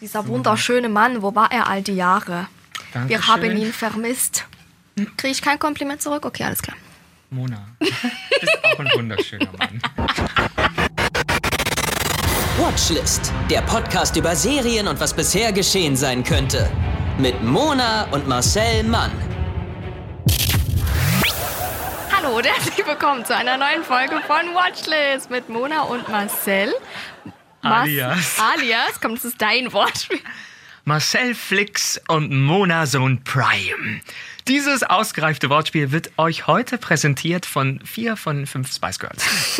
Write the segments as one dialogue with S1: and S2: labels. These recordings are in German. S1: Dieser wunderschöne Mann, wo war er all die Jahre? Wir
S2: Dankeschön.
S1: haben ihn vermisst. Kriege ich kein Kompliment zurück? Okay, alles klar.
S2: Mona, du bist auch ein wunderschöner Mann.
S3: Watchlist, der Podcast über Serien und was bisher geschehen sein könnte. Mit Mona und Marcel Mann.
S1: Hallo und herzlich willkommen zu einer neuen Folge von Watchlist mit Mona und Marcel.
S2: Alias.
S1: Alias, komm, das ist dein Wort.
S2: Marcel Flix und Mona Sohn Prime. Dieses ausgereifte Wortspiel wird euch heute präsentiert von vier von fünf Spice Girls.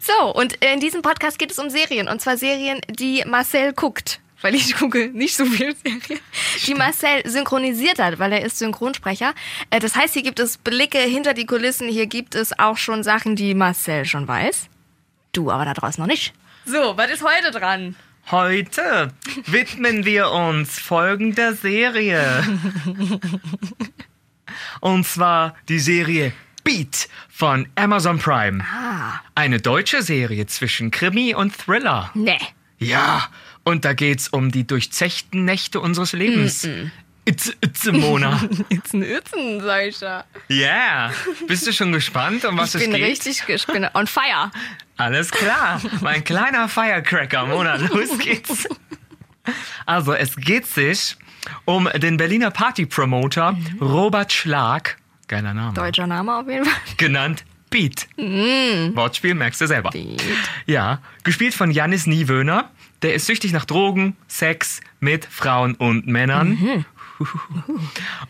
S1: So, und äh, in diesem Podcast geht es um Serien. Und zwar Serien, die Marcel guckt. Weil ich gucke nicht so viel Serien. Die Marcel synchronisiert hat, weil er ist Synchronsprecher. Äh, Das heißt, hier gibt es Blicke hinter die Kulissen. Hier gibt es auch schon Sachen, die Marcel schon weiß. Du aber da draußen noch nicht. So, was ist heute dran?
S2: Heute widmen wir uns folgender Serie. Und zwar die Serie Beat von Amazon Prime.
S1: Ah,
S2: Eine deutsche Serie zwischen Krimi und Thriller.
S1: Nee.
S2: Ja, und da geht's um die durchzechten Nächte unseres Lebens.
S1: Mm,
S2: Itze, itze, Mona.
S1: Jetzt ein Itzen, sag ich da.
S2: Yeah. Bist du schon gespannt, um was
S1: Ich bin
S2: es geht?
S1: richtig, ich bin on fire.
S2: Alles klar. Mein kleiner Firecracker, Mona, los geht's. Also, es geht sich um den Berliner Partypromoter
S1: Mhm.
S2: Robert Schlag, geiler Name,
S1: Deutscher Name auf jeden Fall.
S2: genannt Beat. Wortspiel merkst du selber. Ja, gespielt von Janis Niewöhner. Der ist süchtig nach Drogen, Sex mit Frauen und Männern.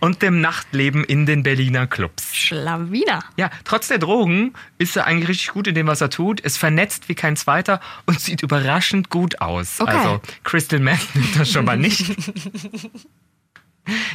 S2: Und dem Nachtleben in den Berliner Clubs.
S1: Schlawiner.
S2: Ja, trotz der Drogen ist er eigentlich richtig gut in dem, was er tut, ist vernetzt wie kein zweiter und sieht überraschend gut aus.
S1: Okay.
S2: Also Crystal Meth nimmt das schon mal nicht.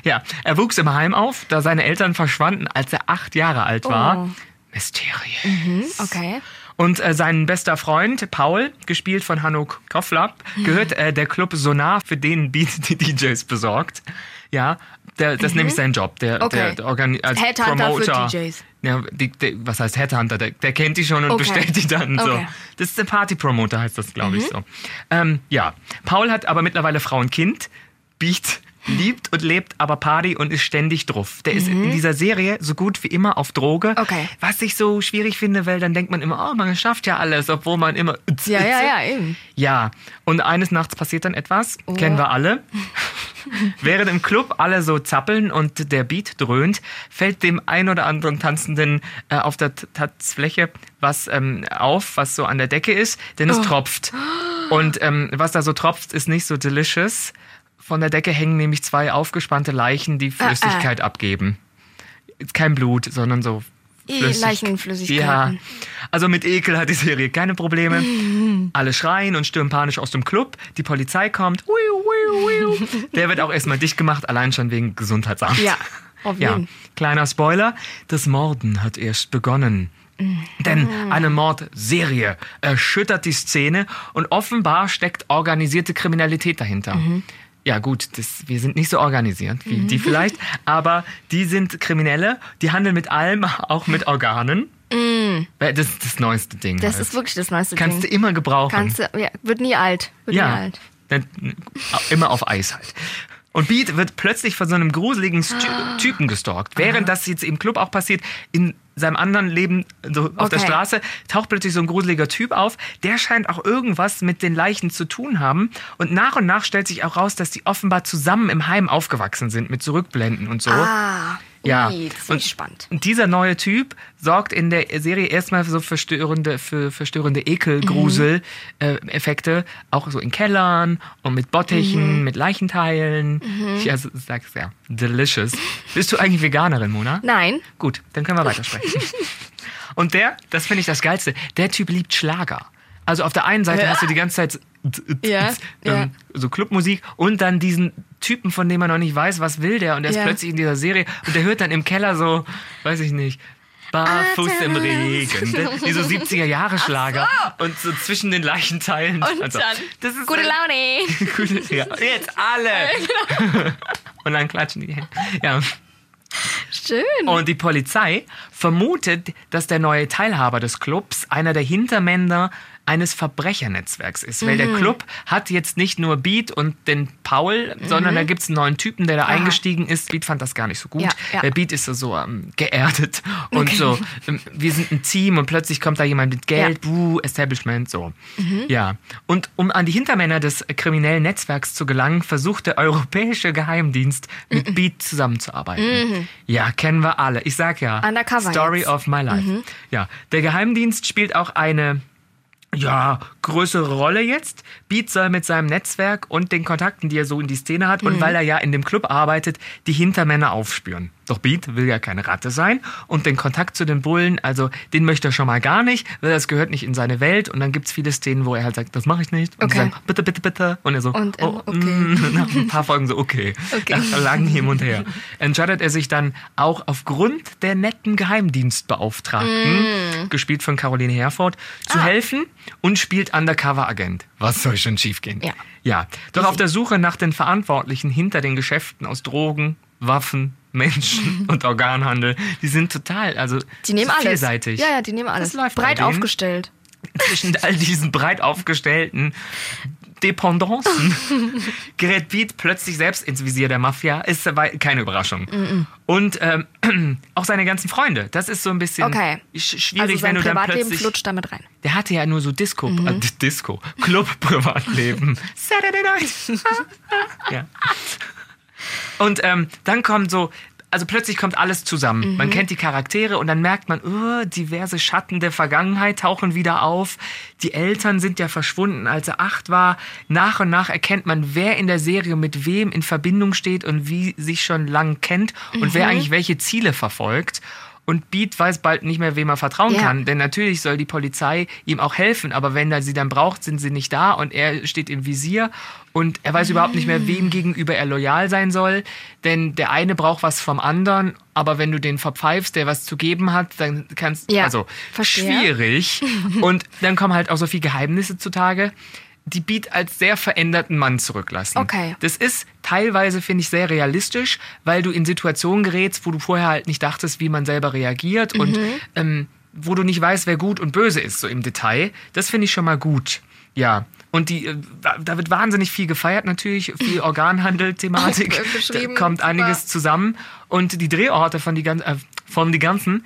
S2: ja, er wuchs im Heim auf, da seine Eltern verschwanden, als er acht Jahre alt war. Mysterien.
S1: Oh. Mhm. Okay.
S2: Und äh, sein bester Freund Paul, gespielt von Hanuk Koffler, gehört äh, der Club Sonar, für den Beat die DJs besorgt. Ja, der, das ist nämlich sein Job. Der,
S1: Mhm. Okay.
S2: der, der Organi als
S1: Headhunter für
S2: Promoter.
S1: DJs.
S2: Ja, die, die, was heißt Headhunter? Der, der kennt die schon und
S1: Okay.
S2: bestellt die dann. So.
S1: Okay.
S2: Das ist der Partypromoter, heißt das, glaube
S1: Mhm.
S2: ich so. Ähm, ja, Paul hat aber mittlerweile Frau und Kind, Beat liebt und lebt aber Party und ist ständig drauf. Der ist in dieser Serie so gut wie immer auf Droge.
S1: Mhm. Okay.
S2: Was ich so schwierig finde, weil dann denkt man immer, oh, man schafft ja alles, obwohl man immer.
S1: Ja, ja, ja, eben.
S2: Ja, und eines Nachts passiert dann etwas, kennen wir alle. Während im Club alle so zappeln und der Beat dröhnt, fällt dem ein oder anderen Tanzenden äh, auf der T- Tanzfläche was ähm, auf, was so an der Decke ist, denn es tropft. Und ähm, was da so tropft, ist nicht so delicious. Von der Decke hängen nämlich zwei aufgespannte Leichen, die Flüssigkeit abgeben. Kein Blut, sondern so
S1: I-
S2: Flüssig-
S1: Leichenflüssigkeiten.
S2: Ja. Also mit Ekel hat die Serie keine Probleme. Alle schreien und stürmen panisch aus dem Club. Die Polizei kommt. Wiu, wiu, wiu. Der wird auch erstmal dicht gemacht, allein schon wegen Gesundheitsamt.
S1: Ja, auf
S2: Ja,
S1: jeden.
S2: kleiner Spoiler, das Morden hat erst begonnen.
S1: Mm.
S2: Denn
S1: Ah.
S2: eine Mordserie erschüttert die Szene und offenbar steckt organisierte Kriminalität dahinter.
S1: Mhm.
S2: Ja gut, das, wir sind nicht so organisiert wie die vielleicht, aber die sind Kriminelle, die handeln mit allem, auch mit Organen. Weil Das ist das neueste Ding.
S1: Mm. Das
S2: halt.
S1: ist wirklich das neueste
S2: Kannst du
S1: Ding.
S2: immer gebrauchen.
S1: Kannst du, ja, wird nie alt. Wird nie
S2: Ja,
S1: alt.
S2: dann, immer auf Eis halt. Und Beat wird plötzlich von so einem gruseligen
S1: Ah.
S2: Sty- Typen gestalkt. Während das jetzt im Club auch passiert, in seinem anderen Leben so auf der
S1: Okay.
S2: Straße, taucht plötzlich so ein gruseliger Typ auf. Der scheint auch irgendwas mit den Leichen zu tun haben. Und nach und nach stellt sich auch raus, dass die offenbar zusammen im Heim aufgewachsen sind mit Zurückblenden und so.
S1: Ah,
S2: Ja.
S1: Ui, das finde ich spannend.
S2: Und dieser neue Typ sorgt in der Serie erstmal so verstörende, für verstörende Ekel-Grusel-Effekte, auch so in Kellern und mit Bottichen, mit Leichenteilen. Ich also, sag's ja, delicious. Bist du eigentlich Veganerin, Mona?
S1: Nein.
S2: Gut, dann können wir weitersprechen. und der, das finde ich das Geilste, der Typ liebt Schlager. Also auf der einen Seite hast du die ganze Zeit
S1: Ja, ja.
S2: ähm, so Clubmusik und dann diesen Typen, von dem man noch nicht weiß, was will der und der ist
S1: Ja.
S2: plötzlich in dieser Serie und der hört dann im Keller so, weiß ich nicht, barfuß im Regen, ne? diese 70er Jahre Schlager und so zwischen den Leichenteilen.
S1: Und
S2: also,
S1: dann.
S2: das ist halt-
S1: Gute
S2: so-
S1: Laune. genau.
S2: Gute, ja, jetzt alle. und dann klatschen die Hände. Ja.
S1: Schön.
S2: Und die Polizei vermutet, dass der neue Teilhaber des Clubs einer der Hintermänner eines Verbrechernetzwerks ist. Weil der
S1: Mhm.
S2: Club hat jetzt nicht nur Beat und den Paul, sondern da gibt es einen neuen Typen, der da eingestiegen ist. Beat fand das gar nicht so gut.
S1: Mhm. Ja, ja.
S2: Der Beat ist so, so ähm, geerdet und so, ähm, wir sind ein Team und plötzlich kommt da jemand mit Geld, buh, Establishment, so.
S1: Mhm.
S2: Ja. Und um an die Hintermänner des kriminellen Netzwerks zu gelangen, versucht der europäische Geheimdienst mit
S1: Mhm.
S2: Beat zusammenzuarbeiten. Ja, kennen wir alle. Ich sag ja.
S1: Undercover
S2: Story
S1: jetzt. Mhm.
S2: of my life. Ja. Der Geheimdienst spielt auch eine ja, größere Rolle jetzt. Beat soll mit seinem Netzwerk und den Kontakten, die er so in die Szene hat
S1: Mhm.
S2: und weil er ja in dem Club arbeitet, die Hintermänner aufspüren. Doch Beat will ja keine Ratte sein und den Kontakt zu den Bullen, also den möchte er schon mal gar nicht, weil das gehört nicht in seine Welt und dann gibt's viele Szenen, wo er halt sagt, das mache ich nicht und die
S1: Okay.
S2: sagen, bitte, bitte, bitte und er so,
S1: Und, ähm,
S2: oh,
S1: okay.
S2: mm, nach ein paar Folgen so, okay,
S1: Okay.
S2: nach langem Hin und Her. Entscheidet er sich dann auch aufgrund der netten
S1: Mm.
S2: Geheimdienstbeauftragten, gespielt von Caroline Herford, zu
S1: Ah.
S2: helfen und spielt Undercover-Agent. Was soll schon schiefgehen?
S1: Ja.
S2: Ja, doch auf der Suche nach den Verantwortlichen hinter den Geschäften aus Drogen, Waffen, Menschen und Organhandel, die sind total, also
S1: Die nehmen alles.
S2: vielseitig.
S1: Ja, ja, die nehmen alles.
S2: Das läuft bei
S1: Breit
S2: denen.
S1: aufgestellt.
S2: Zwischen all diesen breit aufgestellten Dependancen gerät Beat plötzlich selbst ins Visier der Mafia. Ist dabei keine Überraschung.
S1: Mm,
S2: Und ähm, auch seine ganzen Freunde. Das ist so ein bisschen
S1: Okay.
S2: sch
S1: Also
S2: schwierig, wenn
S1: sein
S2: du dann
S1: Privatleben
S2: plötzlich.
S1: flutscht damit rein.
S2: Der hatte ja nur so Disco, äh, Disco, Club-Privatleben. Saturday Night. ja. Und ähm, dann kommt so, also plötzlich kommt alles zusammen. Man kennt die Charaktere und dann merkt man, oh, diverse Schatten der Vergangenheit tauchen wieder auf. Die Eltern sind ja verschwunden, als er acht war. Nach und nach erkennt man, wer in der Serie mit wem in Verbindung steht und wie sich schon lang kennt und wer eigentlich welche Ziele verfolgt. Und Beat weiß bald nicht mehr, wem er vertrauen
S1: Ja.
S2: kann, denn natürlich soll die Polizei ihm auch helfen, aber wenn er sie dann braucht, sind sie nicht da und er steht im Visier und er weiß überhaupt nicht mehr, wem gegenüber er loyal sein soll, denn der eine braucht was vom anderen, aber wenn du den verpfeifst, der was zu geben hat, dann kannst
S1: Ja,
S2: also
S1: verstehe.
S2: schwierig und dann kommen halt auch so viel Geheimnisse zutage. Die Beat als sehr veränderten Mann zurücklassen.
S1: Okay.
S2: Das ist teilweise, finde ich, sehr realistisch, weil du in Situationen gerätst, wo du vorher halt nicht dachtest, wie man selber reagiert und
S1: Mhm.
S2: ähm, wo du nicht weißt, wer gut und böse ist, so im Detail. Das finde ich schon mal gut. Ja. Und die, äh, da- da wird wahnsinnig viel gefeiert natürlich, viel Organhandel-Thematik.
S1: Auch
S2: Da
S1: beschrieben,
S2: kommt
S1: super.
S2: einiges zusammen. Und die Drehorte von, die, gan- äh, von die ganzen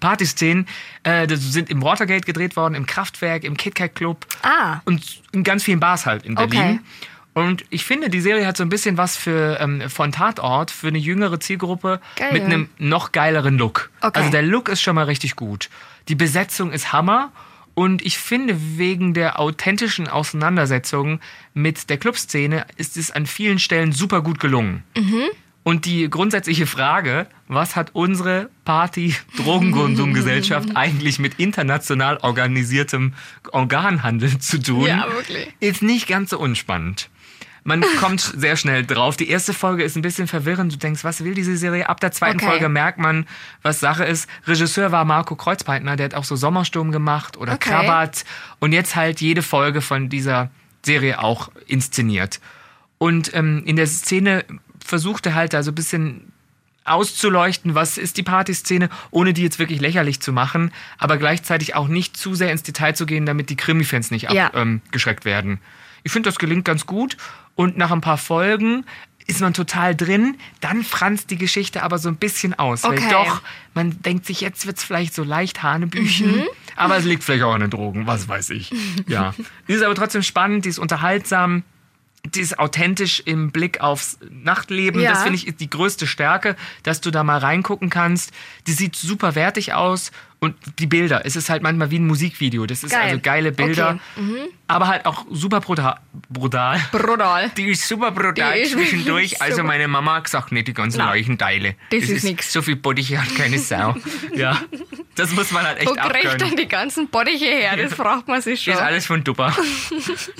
S2: Partyszenen äh, das sind im Watergate gedreht worden, im Kraftwerk, im KitKat-Club
S1: Ah.
S2: und in ganz vielen Bars halt in Berlin.
S1: Okay.
S2: Und ich finde, die Serie hat so ein bisschen was für ähm, von Tatort für eine jüngere Zielgruppe
S1: Geil.
S2: mit einem noch geileren Look.
S1: Okay.
S2: Also der Look ist schon mal richtig gut. Die Besetzung ist Hammer. Und ich finde, wegen der authentischen Auseinandersetzung mit der Clubszene ist es an vielen Stellen super gut gelungen. Und die grundsätzliche Frage, was hat unsere Party-Drogenkonsumgesellschaft eigentlich mit international organisiertem Organhandel zu tun,
S1: Ja, wirklich.
S2: ist nicht ganz so unspannend. Man kommt sehr schnell drauf. Die erste Folge ist ein bisschen verwirrend. Du denkst, was will diese Serie? Ab der zweiten
S1: Okay.
S2: Folge merkt man, was Sache ist. Regisseur war Marco Kreuzpeitner, der hat auch so Sommersturm gemacht oder
S1: Okay.
S2: Krabat und jetzt halt jede Folge von dieser Serie auch inszeniert. Und ähm, in der Szene versuchte halt da so ein bisschen auszuleuchten, was ist die Partyszene, ohne die jetzt wirklich lächerlich zu machen, aber gleichzeitig auch nicht zu sehr ins Detail zu gehen, damit die Krimi-Fans nicht
S1: Ja.
S2: abgeschreckt ähm, geschreckt werden. Ich finde, das gelingt ganz gut und nach ein paar Folgen ist man total drin, dann franzt die Geschichte aber so ein bisschen aus,
S1: Okay.
S2: weil doch man denkt sich, jetzt wird's vielleicht so leicht Hanebüchen,
S1: Mhm.
S2: aber es liegt vielleicht auch an den Drogen, was weiß ich. Ja. Die ist aber trotzdem spannend, die ist unterhaltsam, die ist authentisch im Blick aufs Nachtleben.
S1: Ja.
S2: Das finde ich ist die größte Stärke, dass du da mal reingucken kannst. Die sieht super wertig aus und die Bilder, es ist halt manchmal wie ein Musikvideo. Das ist
S1: Geil.
S2: also geile Bilder,
S1: Okay. Mhm.
S2: aber halt auch super brutal. brutal.
S1: Brutal.
S2: Die ist super brutal
S1: Die ist
S2: zwischendurch.
S1: wirklich
S2: Also
S1: super.
S2: meine Mama hat gesagt, nicht die ganzen
S1: Na,
S2: Leichenteile.
S1: das ist nix.
S2: So viel Body hat keine Sau. ja, das muss man halt echt
S1: Wo kriegt
S2: abkönnen.
S1: dann die ganzen Bottiche her? Das fragt man sich schon.
S2: Ist alles von Dupper.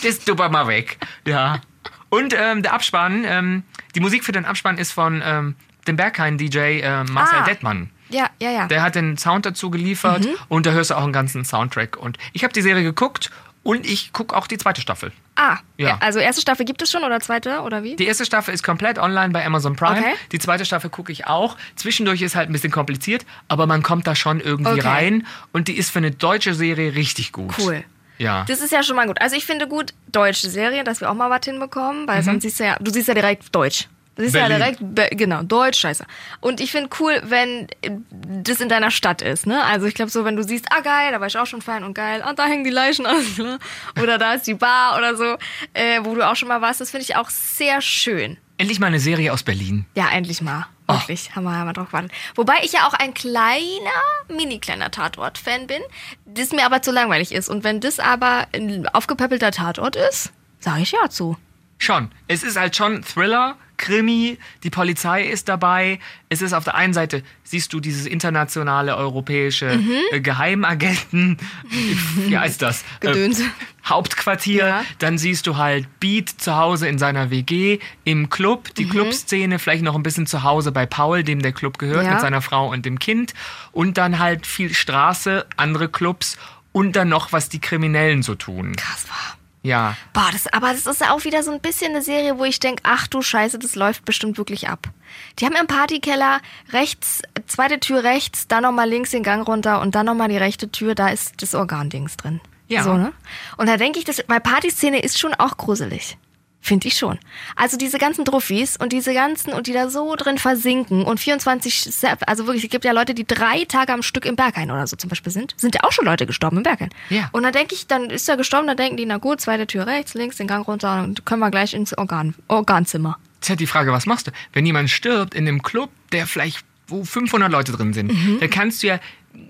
S2: das Dupper mal weg. Ja. Und ähm, der Abspann, ähm, die Musik für den Abspann ist von ähm, dem Berghain-DJ äh, Marcel
S1: Ah. Mhm.
S2: Detmann.
S1: ja, ja, ja.
S2: Der hat den Sound dazu geliefert und da hörst du auch einen ganzen Soundtrack. Und ich habe die Serie geguckt und ich gucke auch die zweite Staffel.
S1: ah,
S2: Ja.
S1: also erste Staffel gibt es schon oder zweite oder wie?
S2: Die erste Staffel ist komplett online bei Amazon Prime.
S1: Okay.
S2: Die zweite Staffel gucke ich auch. Zwischendurch ist halt ein bisschen kompliziert, aber man kommt da schon irgendwie
S1: Okay.
S2: rein. Und die ist für eine deutsche Serie richtig gut.
S1: Cool.
S2: Ja.
S1: Das ist ja schon mal gut. Also ich finde gut, deutsche Serien, dass wir auch mal was hinbekommen, weil sonst siehst du ja, du siehst ja direkt Deutsch. Du siehst ja
S2: Mhm. Berlin.
S1: direkt, Be genau, Deutsch, scheiße. Und ich finde cool, wenn äh, das in deiner Stadt ist, ne? Also ich glaube so, wenn du siehst, ah geil, da war ich auch schon fein und geil, und da hängen die Leichen an, ne? Oder da ist die Bar oder so, äh, wo du auch schon mal warst, das finde ich auch sehr schön.
S2: Endlich mal eine Serie aus Berlin.
S1: Ja, endlich mal.
S2: Oh.
S1: Wirklich, haben wir ja mal drauf gewartet. Wobei ich ja auch ein kleiner, mini kleiner Tatort-Fan bin, das mir aber zu langweilig ist. Und wenn das aber ein aufgepöppelter Tatort ist, sage ich ja zu.
S2: Schon. Es ist halt schon Thriller, Krimi, die Polizei ist dabei. Es ist auf der einen Seite, siehst du dieses internationale europäische
S1: Mhm.
S2: äh, Geheimagenten, wie heißt das? Äh,
S1: Gedöns.
S2: Hauptquartier.
S1: Ja.
S2: Dann siehst du halt Beat zu Hause in seiner WG, im Club,
S1: Mhm.
S2: die Clubszene, vielleicht noch ein bisschen zu Hause bei Paul, dem der Club gehört,
S1: Ja.
S2: mit seiner Frau und dem Kind. Und dann halt viel Straße, andere Clubs und dann noch, was die Kriminellen so tun.
S1: Das war.
S2: Ja.
S1: Boah, das, aber das ist ja auch wieder so ein bisschen eine Serie, wo ich denke, ach du Scheiße, das läuft bestimmt wirklich ab. Die haben im Partykeller rechts, zweite Tür rechts, dann nochmal links den Gang runter und dann nochmal die rechte Tür, da ist das Organdings drin.
S2: Ja.
S1: So, ne? Und da denke ich, das, weil Partyszene ist schon auch gruselig. Finde ich schon. Also diese ganzen Druffis und diese ganzen und die da so drin versinken und 24, se- also wirklich, es gibt ja Leute, die drei Tage am Stück im Berghain oder so zum Beispiel sind, sind ja auch schon Leute gestorben im Berghain.
S2: Ja.
S1: Und dann denke ich, dann ist er gestorben, dann denken die, na gut, zweite Tür rechts, links, den Gang runter und können wir gleich ins Organ, Organzimmer.
S2: Jetzt hat halt die Frage, was machst du? Wenn jemand stirbt in einem Club, der vielleicht, wo 500 Leute drin sind,
S1: Mhm.
S2: dann kannst du ja,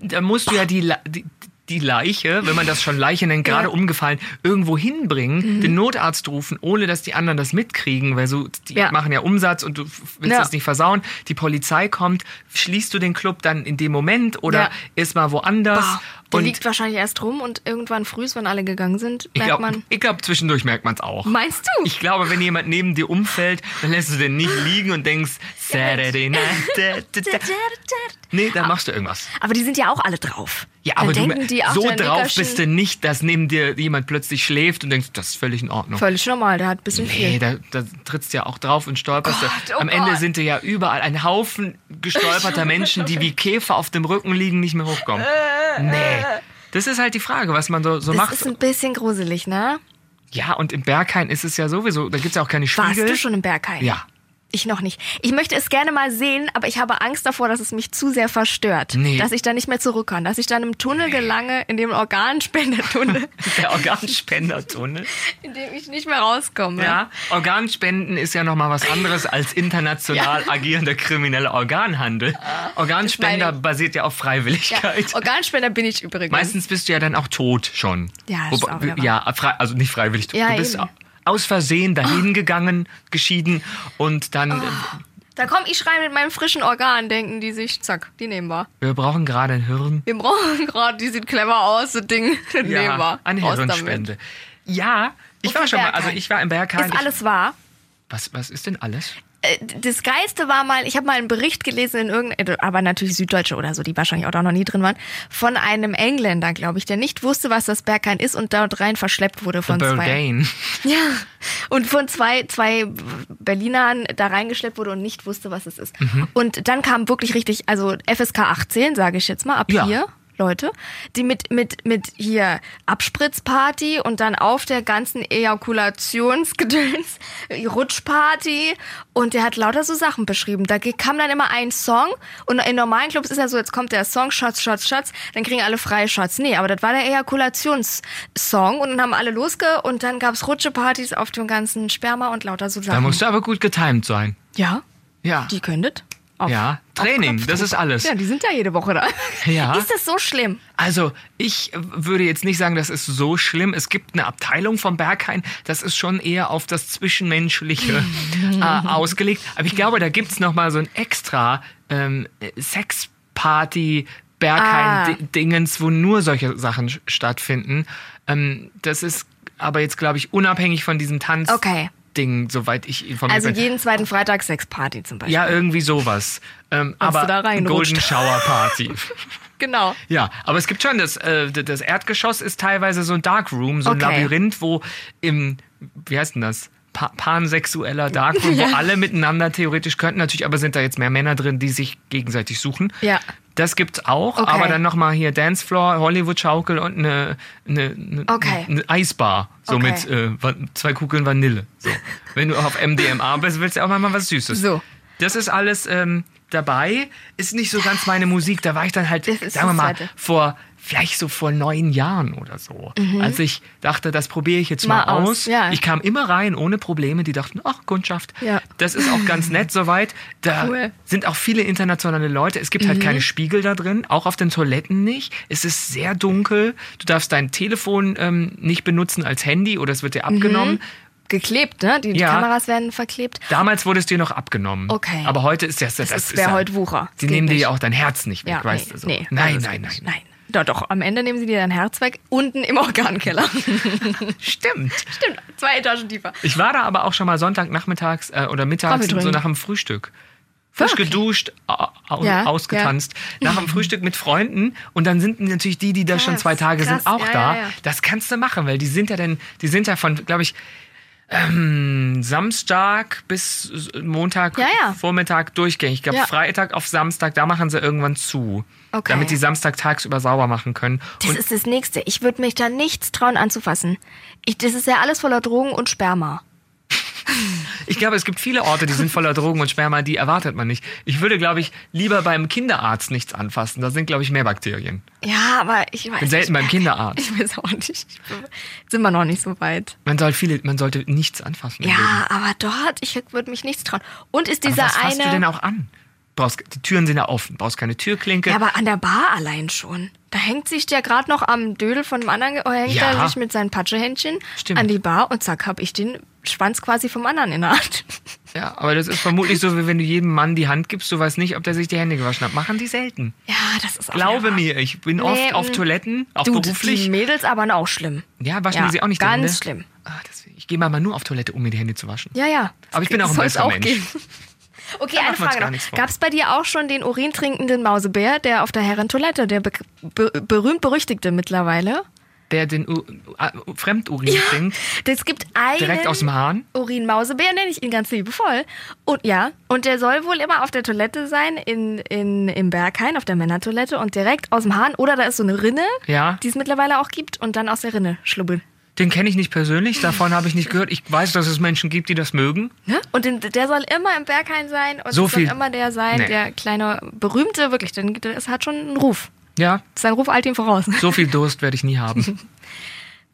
S2: da musst du ja die, Le- die, die Leiche, wenn man das schon Leiche nennt, gerade umgefallen, irgendwo
S1: Mhm.
S2: hinbringen, den Notarzt rufen, ohne dass die anderen das mitkriegen, weil so, die
S1: Ja.
S2: machen ja Umsatz und du f- willst
S1: Ja.
S2: das nicht versauen. Die Polizei kommt, schließt du den Club dann in dem Moment oder
S1: Ja.
S2: ist mal woanders?
S1: Bah, der
S2: Ah, und
S1: liegt wahrscheinlich erst rum und irgendwann früh, wenn alle gegangen sind,
S2: ich
S1: merkt
S2: glaube,
S1: man.
S2: glaub, zwischendurch merkt man es auch.
S1: Meinst du?
S2: Ich glaube, wenn jemand neben dir umfällt, dann lässt du den nicht liegen und denkst, Saturday night. Da, da, da. Nee, dann machst du irgendwas.
S1: Aber die sind ja auch alle drauf.
S2: Ja,
S1: Dann
S2: aber du,
S1: denken die, ach,
S2: so
S1: der
S2: drauf
S1: Nickerchen-
S2: bist du nicht, dass neben dir jemand plötzlich schläft und denkst, das ist völlig in Ordnung.
S1: Völlig normal, der hat ein bisschen viel.
S2: Nee, da, da trittst du ja auch drauf und stolperst. du.
S1: Gott, oh
S2: Am Ende
S1: Gott.
S2: sind dir ja überall ein Haufen gestolperter Menschen, die wie Käfer auf dem Rücken liegen, nicht mehr hochkommen. Nee. Das ist halt die Frage, was man so, so
S1: Äh, Das
S2: macht.
S1: ist ein bisschen gruselig, ne?
S2: Ja, und im Berghain ist es ja sowieso, da gibt es ja auch keine
S1: Warst
S2: Spiegel.
S1: du schon im Berghain?
S2: Ja.
S1: Ich noch nicht. Ich möchte es gerne mal sehen, aber ich habe Angst davor, dass es mich zu sehr verstört.
S2: Nee.
S1: Dass ich da nicht mehr zurück kann. Dass ich dann im Tunnel gelange, in dem Organspendertunnel,
S2: Der Organspendertunnel.
S1: in dem ich nicht mehr rauskomme.
S2: Ja, Organspenden ist ja nochmal was anderes als international agierender krimineller Organhandel. Organspender
S1: das Ah, meine
S2: basiert ja auf
S1: Ja,
S2: Freiwilligkeit.
S1: Organspender bin ich übrigens.
S2: Meistens bist du ja dann auch tot schon.
S1: Ja, das ist auch wieder wahr.
S2: ja frei, also nicht freiwillig. tot.
S1: Ja,
S2: du bist
S1: eben. Oh.
S2: au- aus Versehen dahin gegangen, geschieden und dann.
S1: Da komm ich rein mit meinem frischen Organ, denken die sich, zack, die nehmen wir.
S2: Wir brauchen gerade ein Hirn.
S1: Wir brauchen gerade, die sieht clever aus, das Ding, das nehmen wir.
S2: eine
S1: Raus damit.
S2: Hirnspende. Ja, ich
S1: Und
S2: war
S1: im
S2: schon mal.
S1: Berghain.
S2: Also ich war im Berghain.
S1: Ist alles wahr?
S2: ich, was, was ist denn alles?
S1: Äh, das Geilste war mal, ich habe mal einen Bericht gelesen in irgendeiner, aber natürlich Süddeutsche oder so, die wahrscheinlich auch da noch nie drin waren, von einem Engländer, glaube ich, der nicht wusste, was das Berghain ist und dort rein verschleppt wurde von zwei.
S2: Berghain.
S1: Ja. Und von zwei, zwei Berlinern da reingeschleppt wurde und nicht wusste, was es ist. Und dann kam wirklich richtig, also FSK 18, sage ich jetzt mal, ab
S2: Ja.
S1: hier. Leute, die mit, mit, mit hier Abspritzparty und dann auf der ganzen Ejakulationsgedöns Rutschparty und der hat lauter so Sachen beschrieben. Da ge- kam dann immer ein Song und in normalen Clubs ist ja so, jetzt kommt der Song, Shots, Shots, Shots, dann kriegen alle freie Shots. Nee, aber das war der Ejakulationssong und dann haben alle losge und dann gab's Rutschepartys auf dem ganzen Sperma und lauter so
S2: Da
S1: Sachen.
S2: musst du aber gut getimed sein.
S1: ja,
S2: Ja.
S1: die könntet. Auf,
S2: Ja, Training, das ist alles.
S1: Ja, die sind ja jede Woche da.
S2: Ja.
S1: Ist das so schlimm?
S2: Also, ich würde jetzt nicht sagen, das ist so schlimm. Es gibt eine Abteilung vom Berghain, das ist schon eher auf das Zwischenmenschliche äh, ausgelegt. Aber ich glaube, da gibt es nochmal so ein extra ähm, Sexparty.
S1: Ah.
S2: Berghain-Dingens, wo nur solche Sachen sch- stattfinden. Ähm, das ist aber jetzt, glaube ich, unabhängig von diesem
S1: Okay.
S2: Tanz-Ding, soweit ich informiert
S1: Also
S2: bin.
S1: jeden zweiten Freitag Sexparty zum Beispiel.
S2: Ja, irgendwie sowas. Ähm,
S1: du
S2: aber
S1: da reinrutscht.
S2: Golden Shower Party.
S1: Genau.
S2: Ja, aber es gibt schon, das, äh, d- das Erdgeschoss ist teilweise so ein Darkroom, so ein
S1: Okay.
S2: Labyrinth, wo im, wie heißt denn das? Pa pansexueller Darkroom, wo alle miteinander theoretisch könnten, natürlich aber sind da jetzt mehr Männer drin, die sich gegenseitig suchen.
S1: Ja.
S2: Das gibt's auch,
S1: Okay.
S2: aber dann nochmal hier Dancefloor, Hollywood-Schaukel und eine, eine, eine,
S1: Okay.
S2: eine Eisbar. So
S1: Okay.
S2: mit äh, wa- zwei Kugeln Vanille. So. Wenn du auf MDMA bist, willst du auch mal mal was Süßes.
S1: So.
S2: Das ist alles ähm, dabei. Ist nicht so ganz meine Musik. Da war ich dann halt,
S1: Das ist
S2: sagen wir
S1: das
S2: mal,
S1: Zweite.
S2: vor vielleicht so vor neun Jahren oder so. Als ich dachte, das probiere ich jetzt mal,
S1: Mhm. Mal aus,
S2: aus.
S1: ja.
S2: Ich kam immer rein ohne Probleme. Die dachten, ach, Kundschaft.
S1: Ja.
S2: Das ist auch ganz nett soweit. Da
S1: Cool. Mhm.
S2: sind auch viele internationale Leute. Es gibt halt keine Spiegel da drin, auch auf den Toiletten nicht. Es ist sehr dunkel. Du darfst dein Telefon ähm, nicht benutzen als Handy oder es wird dir
S1: Mhm.
S2: abgenommen.
S1: Geklebt, ne? Die
S2: Ja.
S1: Kameras werden verklebt.
S2: Damals wurde es dir noch abgenommen.
S1: Okay.
S2: Aber heute ist das, das,
S1: Das
S2: ist
S1: ist wer
S2: ja-
S1: heute Wucher.
S2: Sie
S1: Das
S2: nehmen
S1: geht
S2: dir ja
S1: nicht.
S2: auch dein Herz nicht weg, weißt du. So. nein,
S1: also
S2: nein, nein,
S1: nicht. Nein. Doch, doch, am Ende nehmen sie dir dein Herz weg, unten im Organkeller.
S2: Stimmt.
S1: Stimmt, zwei Etagen tiefer.
S2: Ich war da aber auch schon mal Sonntagnachmittags äh, oder mittags
S1: Kaffee trinken.
S2: so nach dem Frühstück. Frisch
S1: Okay.
S2: geduscht, au, au,
S1: Ja,
S2: ausgetanzt, nach dem Frühstück mit Freunden und dann sind natürlich die, die da schon
S1: Krass,
S2: zwei Tage
S1: krass,
S2: sind, auch
S1: ja,
S2: da.
S1: ja, ja.
S2: Das kannst du machen, weil die sind ja denn, die sind ja von, glaube ich, ähm, Samstag bis Montag,
S1: Ja, ja.
S2: Vormittag durchgängig. Ich glaube,
S1: Ja.
S2: Freitag auf Samstag, da machen sie irgendwann zu.
S1: Okay.
S2: Damit die Samstag tagsüber sauber machen können.
S1: Das ist das Nächste. Ich würde mich da nichts trauen anzufassen. Ich, das ist ja alles voller Drogen und Sperma.
S2: Ich glaube, es gibt viele Orte, die sind voller Drogen und Sperma, die erwartet man nicht. Ich würde, glaube ich, lieber beim Kinderarzt nichts anfassen. Da sind, glaube ich, mehr Bakterien.
S1: Ja, aber ich weiß
S2: Bin selten
S1: nicht.
S2: beim Kinderarzt.
S1: Ich weiß auch nicht. Ich bin- Sind wir noch nicht so weit.
S2: Man, soll viele, man sollte nichts anfassen. im Leben.
S1: Ja, aber dort, ich würde mich nichts trauen. Und ist
S2: Aber
S1: dieser
S2: was fasst
S1: eine.
S2: du denn auch an? Brauchst, die Türen sind ja offen, brauchst keine Türklinke.
S1: ja, aber an der Bar allein schon. Da hängt sich der gerade noch am Dödel von dem anderen, ge- hängt
S2: Ja.
S1: er sich mit seinen Patschehändchen
S2: Stimmt.
S1: an die Bar und zack, hab ich den Schwanz quasi vom anderen in der Hand.
S2: ja, aber das ist vermutlich so, wie wenn du jedem Mann die Hand gibst, du weißt nicht, ob der sich die Hände gewaschen hat. Machen die selten.
S1: Ja, das ist auch
S2: Glaube
S1: nervig.
S2: mir, ich bin
S1: Nee,
S2: oft auf
S1: mm.
S2: Toiletten, auch
S1: du, Die
S2: beruflich.
S1: Mädels aber auch schlimm.
S2: Ja, waschen
S1: Ja,
S2: die sie auch nicht die
S1: ganz
S2: Hände?
S1: schlimm.
S2: Ah, deswegen. ich gehe mal, mal nur auf Toilette, um mir die Hände zu waschen.
S1: Ja, ja.
S2: Aber ich bin auch ein
S1: soll's
S2: besserer Mensch.
S1: Okay,
S2: Da
S1: eine
S2: machen wir uns gar
S1: Frage
S2: nichts
S1: noch.
S2: vor.
S1: Gab es bei dir auch schon den urintrinkenden Mausebär, der auf der Herrentoilette, der be be berühmt-berüchtigte mittlerweile?
S2: der den U U- Fremdurin trinkt,
S1: Es gibt einen
S2: direkt aus dem Hahn.
S1: Urinmausebär, nenne ich ihn ganz liebevoll. Und ja, und der soll wohl immer auf der Toilette sein, in, in, im Berghain, auf der Männertoilette und direkt aus dem Hahn. Oder da ist so eine Rinne,
S2: Ja.
S1: die es mittlerweile auch gibt und dann aus der Rinne schlubbeln.
S2: Den kenne ich nicht persönlich, davon habe ich nicht gehört. Ich weiß, dass es Menschen gibt, die das mögen.
S1: Ne? Und den, der soll immer im Berghain sein und
S2: So
S1: es soll
S2: viel-
S1: immer der sein,
S2: Nee.
S1: der kleine, berühmte, wirklich, denn es hat schon einen Ruf.
S2: Ja,
S1: Sein Ruf eilt ihm voraus.
S2: so viel Durst werde ich nie haben.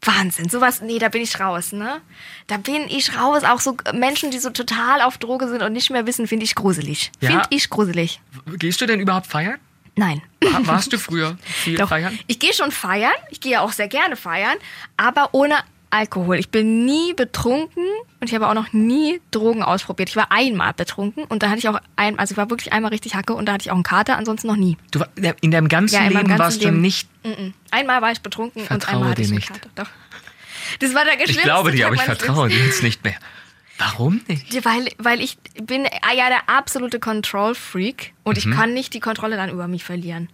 S1: Wahnsinn, sowas, nee, da bin ich raus, ne? Da bin ich raus. Auch so Menschen, die so total auf Droge sind und nicht mehr wissen, finde ich gruselig.
S2: Ja.
S1: Finde ich gruselig.
S2: Gehst du denn überhaupt feiern?
S1: Nein.
S2: War- Warst du früher viel
S1: Doch,
S2: feiern?
S1: ich gehe schon feiern. Ich gehe ja auch sehr gerne feiern, aber ohne Alkohol. Ich bin nie betrunken und ich habe auch noch nie Drogen ausprobiert. Ich war einmal betrunken und da hatte ich auch ein, also ich war wirklich einmal richtig Hacke und da hatte ich auch einen Kater, ansonsten noch nie.
S2: Du, war- in deinem ganzen
S1: Ja, in meinem
S2: Leben
S1: ganzen
S2: warst
S1: Leben.
S2: du nicht.
S1: Mhm. Einmal war ich betrunken und
S2: Vertraue
S1: einmal hatte
S2: dir
S1: ich einen
S2: nicht.
S1: Kater. Doch. Das war der
S2: Ich
S1: schlimmste
S2: glaube dir,
S1: Tag
S2: aber ich
S1: meines
S2: vertraue dir jetzt nicht mehr. Warum nicht?
S1: Ja, Weil, weil ich bin ah ja der absolute Control-Freak und ich kann nicht die Kontrolle dann über mich verlieren.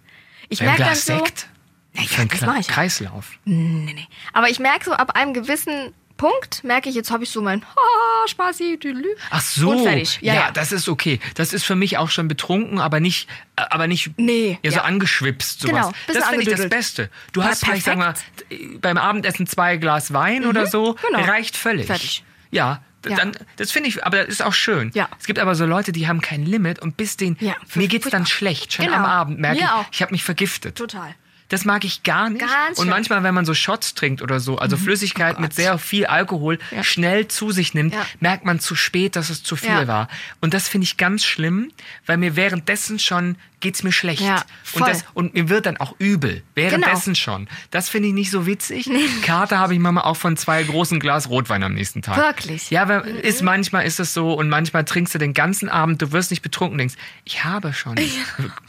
S1: Ich
S2: Mhm. Beim
S1: merke dann
S2: Glas
S1: so,
S2: Sekt? Für
S1: naja,
S2: einen
S1: das
S2: Kla-
S1: mache ich ja.
S2: Kreislauf.
S1: Nee, nee. Aber ich merke so, ab einem gewissen Punkt merke ich, jetzt habe ich so mein Haha, Spaßi, düdelü.
S2: Ach so.
S1: Und fertig. Ja, ja.
S2: das ist okay. Das ist für mich auch schon betrunken, aber nicht, äh, aber nicht
S1: Nee,
S2: ja, so
S1: ja.
S2: angeschwipst. Sowas.
S1: Genau, bisschen
S2: das finde ich das
S1: angedüdelt.
S2: Beste. Du
S1: Ja,
S2: hast vielleicht, sagen wir,
S1: perfekt.
S2: äh, beim Abendessen zwei Glas Wein oder so.
S1: genau.
S2: Reicht völlig.
S1: Fertig.
S2: Ja. d-
S1: Ja.
S2: Dann, das finde ich, aber das ist auch schön.
S1: Ja.
S2: Es gibt aber so Leute, die haben kein Limit und bis den,
S1: Ja,
S2: mir geht's dann
S1: furchtbar.
S2: schlecht, schon
S1: Genau.
S2: am Abend merke
S1: Mir
S2: ich,
S1: auch.
S2: ich habe mich vergiftet.
S1: Total.
S2: Das mag ich gar nicht.
S1: Ganz
S2: und
S1: schlimm.
S2: manchmal, wenn man so Shots trinkt oder so, also Flüssigkeit mit sehr viel Alkohol
S1: Ja.
S2: schnell zu sich nimmt,
S1: Ja.
S2: merkt man zu spät, dass es zu viel
S1: Ja.
S2: war. Und das finde ich ganz schlimm, weil mir währenddessen schon geht's mir schlecht.
S1: Ja, voll. Genau.
S2: und, das, und mir wird dann auch übel. Währenddessen schon. Das finde ich nicht so witzig. Kater habe ich manchmal auch von zwei großen Glas Rotwein am nächsten Tag.
S1: Wirklich? Mhm.
S2: Ja, weil ist, manchmal ist es so und manchmal trinkst du den ganzen Abend, du wirst nicht betrunken, denkst, ich habe schon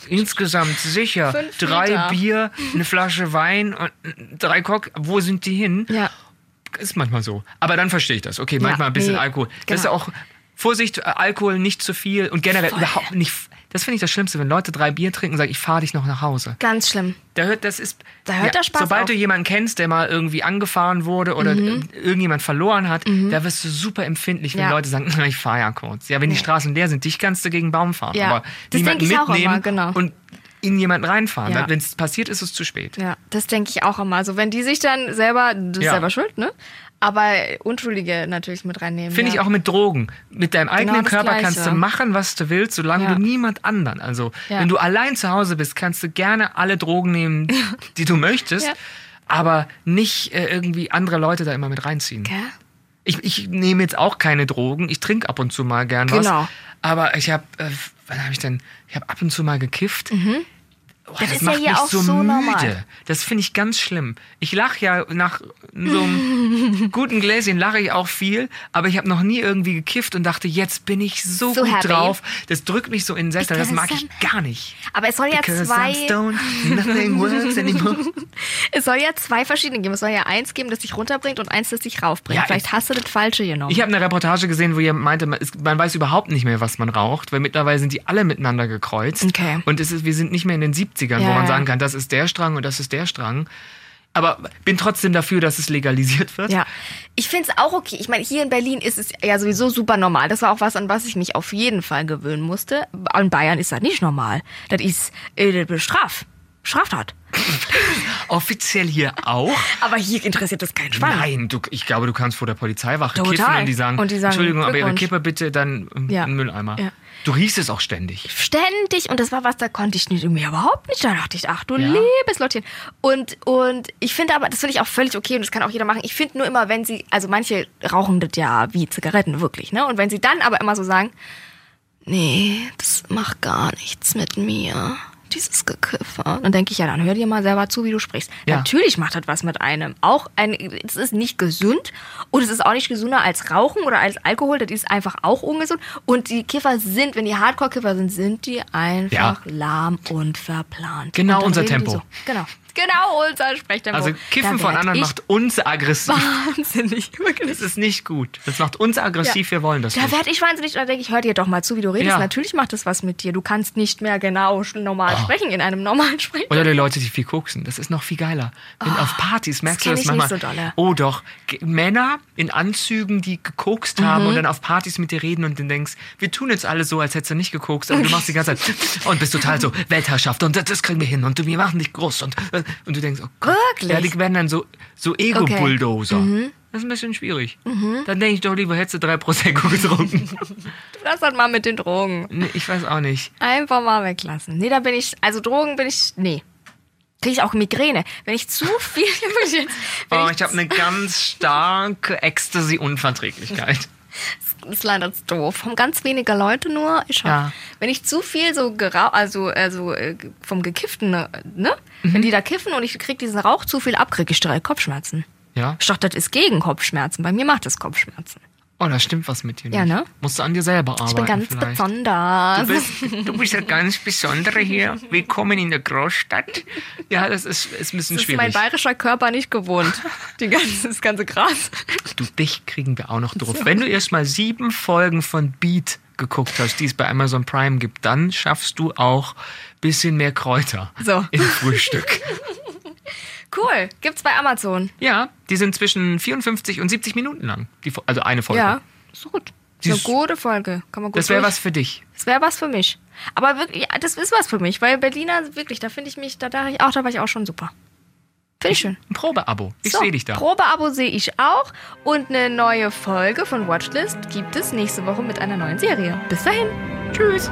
S2: insgesamt sicher
S1: Fünf
S2: drei
S1: Liter.
S2: Bier, eine Flasche Wein und drei Cock. Wo sind die hin?
S1: Ja.
S2: Ist manchmal so. Aber dann verstehe ich das. Okay, manchmal ein bisschen
S1: nee,
S2: Alkohol. Das ist
S1: genau.
S2: auch Vorsicht, äh, Alkohol nicht zu viel und generell überhaupt nicht. Das finde ich das Schlimmste, wenn Leute drei Bier trinken und sagen, ich fahre dich noch nach Hause.
S1: Ganz schlimm.
S2: Da hört, das ist,
S1: Da hört der Spaß
S2: sobald
S1: auf. Mhm.
S2: du jemanden kennst, der mal irgendwie angefahren wurde oder irgendjemand verloren hat, da wirst du super empfindlich, wenn
S1: Ja.
S2: Leute sagen, ich fahre ja kurz. Ja, wenn die Straßen leer sind, dich kannst du gegen einen Baum fahren.
S1: Ja.
S2: Aber
S1: Das
S2: niemanden
S1: denke ich auch
S2: mitnehmen
S1: immer, genau.
S2: und in jemanden reinfahren.
S1: Ja.
S2: Wenn es passiert, ist es zu spät.
S1: Ja, das denke ich auch immer. Also wenn die sich dann selber, das ist
S2: Ja.
S1: selber schuld, ne? Aber Unschuldige natürlich mit reinnehmen.
S2: Finde
S1: ja. Genau
S2: ich auch mit Drogen. Mit deinem eigenen
S1: das
S2: Körper
S1: Gleiche.
S2: kannst du machen, was du willst, solange
S1: Ja.
S2: du niemand anderen. Also,
S1: Ja.
S2: wenn du allein zu Hause bist, kannst du gerne alle Drogen nehmen, die du möchtest,
S1: Ja.
S2: aber nicht äh, irgendwie andere Leute da immer mit reinziehen.
S1: Gell?
S2: Ich, ich nehme jetzt auch keine Drogen. Ich trinke ab und zu mal gern
S1: Genau.
S2: was. Aber ich habe, äh, wann habe ich denn? Ich habe ab und zu mal gekifft. Oh, das,
S1: ist Mhm. ja
S2: macht
S1: hier
S2: mich
S1: auch
S2: so,
S1: so
S2: müde.
S1: normal.
S2: Das finde ich ganz schlimm. Ich lache ja nach so einem guten Gläschen lache ich auch viel, aber ich habe noch nie irgendwie gekifft und dachte, jetzt bin ich so,
S1: So
S2: gut
S1: happy.
S2: drauf. Das drückt mich so in den Sessel. Das
S1: Because
S2: mag ich gar nicht.
S1: Aber es soll ja
S2: Because I'm
S1: zwei,
S2: stoned, nothing works anymore.
S1: es soll ja zwei verschiedene geben. Es soll ja eins geben, das dich runterbringt und eins, das dich raufbringt.
S2: Ja,
S1: Vielleicht hast du das falsche genommen.
S2: Ich habe eine Reportage gesehen, wo jemand meinte, man, ist, man weiß überhaupt nicht mehr, was man raucht, weil mittlerweile sind die alle miteinander gekreuzt.
S1: Okay.
S2: Und es ist, wir sind nicht mehr in den 70ern,
S1: Ja,
S2: wo man
S1: ja.
S2: sagen kann, das ist der Strang und das ist der Strang. Aber bin trotzdem dafür, dass es legalisiert wird.
S1: Ja, ich find's auch okay. Ich meine, hier in Berlin ist es ja sowieso super normal. Das war auch was, an was ich mich auf jeden Fall gewöhnen musste. In Bayern ist das nicht normal. Das ist äh, das ist Straf. Straftat.
S2: Offiziell hier auch.
S1: Aber hier interessiert das keinen Schwein.
S2: Nein, du, ich glaube, du kannst vor der Polizeiwache
S1: Total.
S2: kiffen und die, sagen,
S1: Und die sagen,
S2: Entschuldigung, aber ihre
S1: Glückwunsch.
S2: Kippe bitte dann im
S1: Ja.
S2: Mülleimer.
S1: Ja.
S2: Du riechst es auch ständig.
S1: ständig und das war was, da konnte ich nicht, mir überhaupt nicht. Da dachte ich, ach du
S2: Ja.
S1: liebes Lottchen. Und, und ich finde aber, das finde ich auch völlig okay und das kann auch jeder machen. Ich finde nur immer, wenn sie, also manche rauchen das ja wie Zigaretten wirklich, ne? Und wenn sie dann aber immer so sagen, nee, das macht gar nichts mit mir. Dieses Gekiffer. Dann denke ich ja, dann hör dir mal selber zu, wie du sprichst.
S2: Ja.
S1: Natürlich macht das was mit einem. Auch ein, es ist nicht gesund und es ist auch nicht gesünder als Rauchen oder als Alkohol. Das ist einfach auch ungesund. Und die Kiffer sind, wenn die Hardcore-Kiffer sind, sind die einfach
S2: Ja.
S1: lahm und verplant.
S2: Genau
S1: und dann
S2: unser
S1: reden die
S2: Tempo.
S1: So. Genau. Genau unser Sprechtempo.
S2: Also Kiffen
S1: Da
S2: von
S1: werd
S2: anderen
S1: ich
S2: macht uns aggressiv.
S1: wahnsinnig. Wirklich.
S2: Das ist nicht gut. Das macht uns aggressiv, wir wollen das
S1: Da
S2: nicht.
S1: werde ich wahnsinnig und da denke ich, hör dir doch mal zu, wie du redest.
S2: Ja. Ah.
S1: Natürlich macht das was mit dir. Du kannst nicht mehr genau sch- normal sprechen in einem normalen Sprechen.
S2: Oder die Leute, die viel koksen. Das ist noch viel geiler. Wenn auf Partys merkst
S1: Ah, kenn
S2: du das
S1: ich nicht
S2: manchmal.
S1: so dolle.
S2: Oh doch, G Männer in Anzügen, die gekokst haben
S1: Mhm.
S2: und dann auf Partys mit dir reden und dann denkst, wir tun jetzt alles so, als hättest du nicht gekokst, aber du machst die ganze Zeit und bist total so Weltherrschaft und das, das kriegen wir hin und wir machen dich groß und, und du denkst, oh Gott.
S1: Wirklich? Mhm.
S2: Ja, die werden dann so, so Ego-Bulldozer. Das ist ein bisschen schwierig. Dann denke ich doch lieber, hättest du drei Prosecco getrunken.
S1: Lass das mal mit den Drogen.
S2: nee, ich weiß auch nicht.
S1: Einfach mal weglassen. Nee, da bin ich, also Drogen bin ich, nee. Kriege ich auch Migräne. Wenn ich zu viel, wenn ich jetzt, wenn
S2: Oh, ich habe eine ganz starke Ecstasy-Unverträglichkeit.
S1: ist leider doof. Haben ganz wenige Leute nur. Ich hab,
S2: Ja.
S1: Wenn ich zu viel so gerau also, also äh, vom Gekifften, äh, ne?
S2: Mhm.
S1: Wenn die da kiffen und ich krieg diesen Rauch zu viel ab, krieg ich direkt Kopfschmerzen.
S2: Ja.
S1: Ich dachte, das ist gegen Kopfschmerzen. Bei mir macht das Kopfschmerzen.
S2: Oh, da stimmt was mit dir.
S1: Ja,
S2: nicht.
S1: ne?
S2: Musst du an dir selber arbeiten.
S1: Ich bin ganz
S2: vielleicht.
S1: besonders.
S2: Du bist, du bist ja ganz Besondere hier. Willkommen in der Großstadt. Ja, das ist, ist ein bisschen
S1: das ist mein
S2: schwierig.
S1: bayerischer Körper nicht gewohnt. Die ganze, das ganze Gras.
S2: Du, dich kriegen wir auch noch drauf. Wenn du erst mal sieben Folgen von Beat geguckt hast, die es bei Amazon Prime gibt, dann schaffst du auch ein bisschen mehr Kräuter
S1: So.
S2: im Frühstück.
S1: Cool. Gibt's bei Amazon.
S2: ja, die sind zwischen 54 und 70 Minuten lang. Die, Fo- also eine Folge.
S1: Ja, ist gut. Ist eine
S2: Dieses-
S1: gute Folge. Kann man gut
S2: Das wäre
S1: durch-
S2: was für dich.
S1: Das wäre was für mich. Aber wirklich, ja, das ist was für mich, weil Berliner, wirklich, da finde ich mich, da dachte ich auch, da war ich auch schon super. Finde ich schön.
S2: Ein Probeabo. Ich
S1: So,
S2: sehe dich da.
S1: Probeabo sehe ich auch. Und eine neue Folge von Watchlist gibt es nächste Woche mit einer neuen Serie. Bis dahin. Tschüss.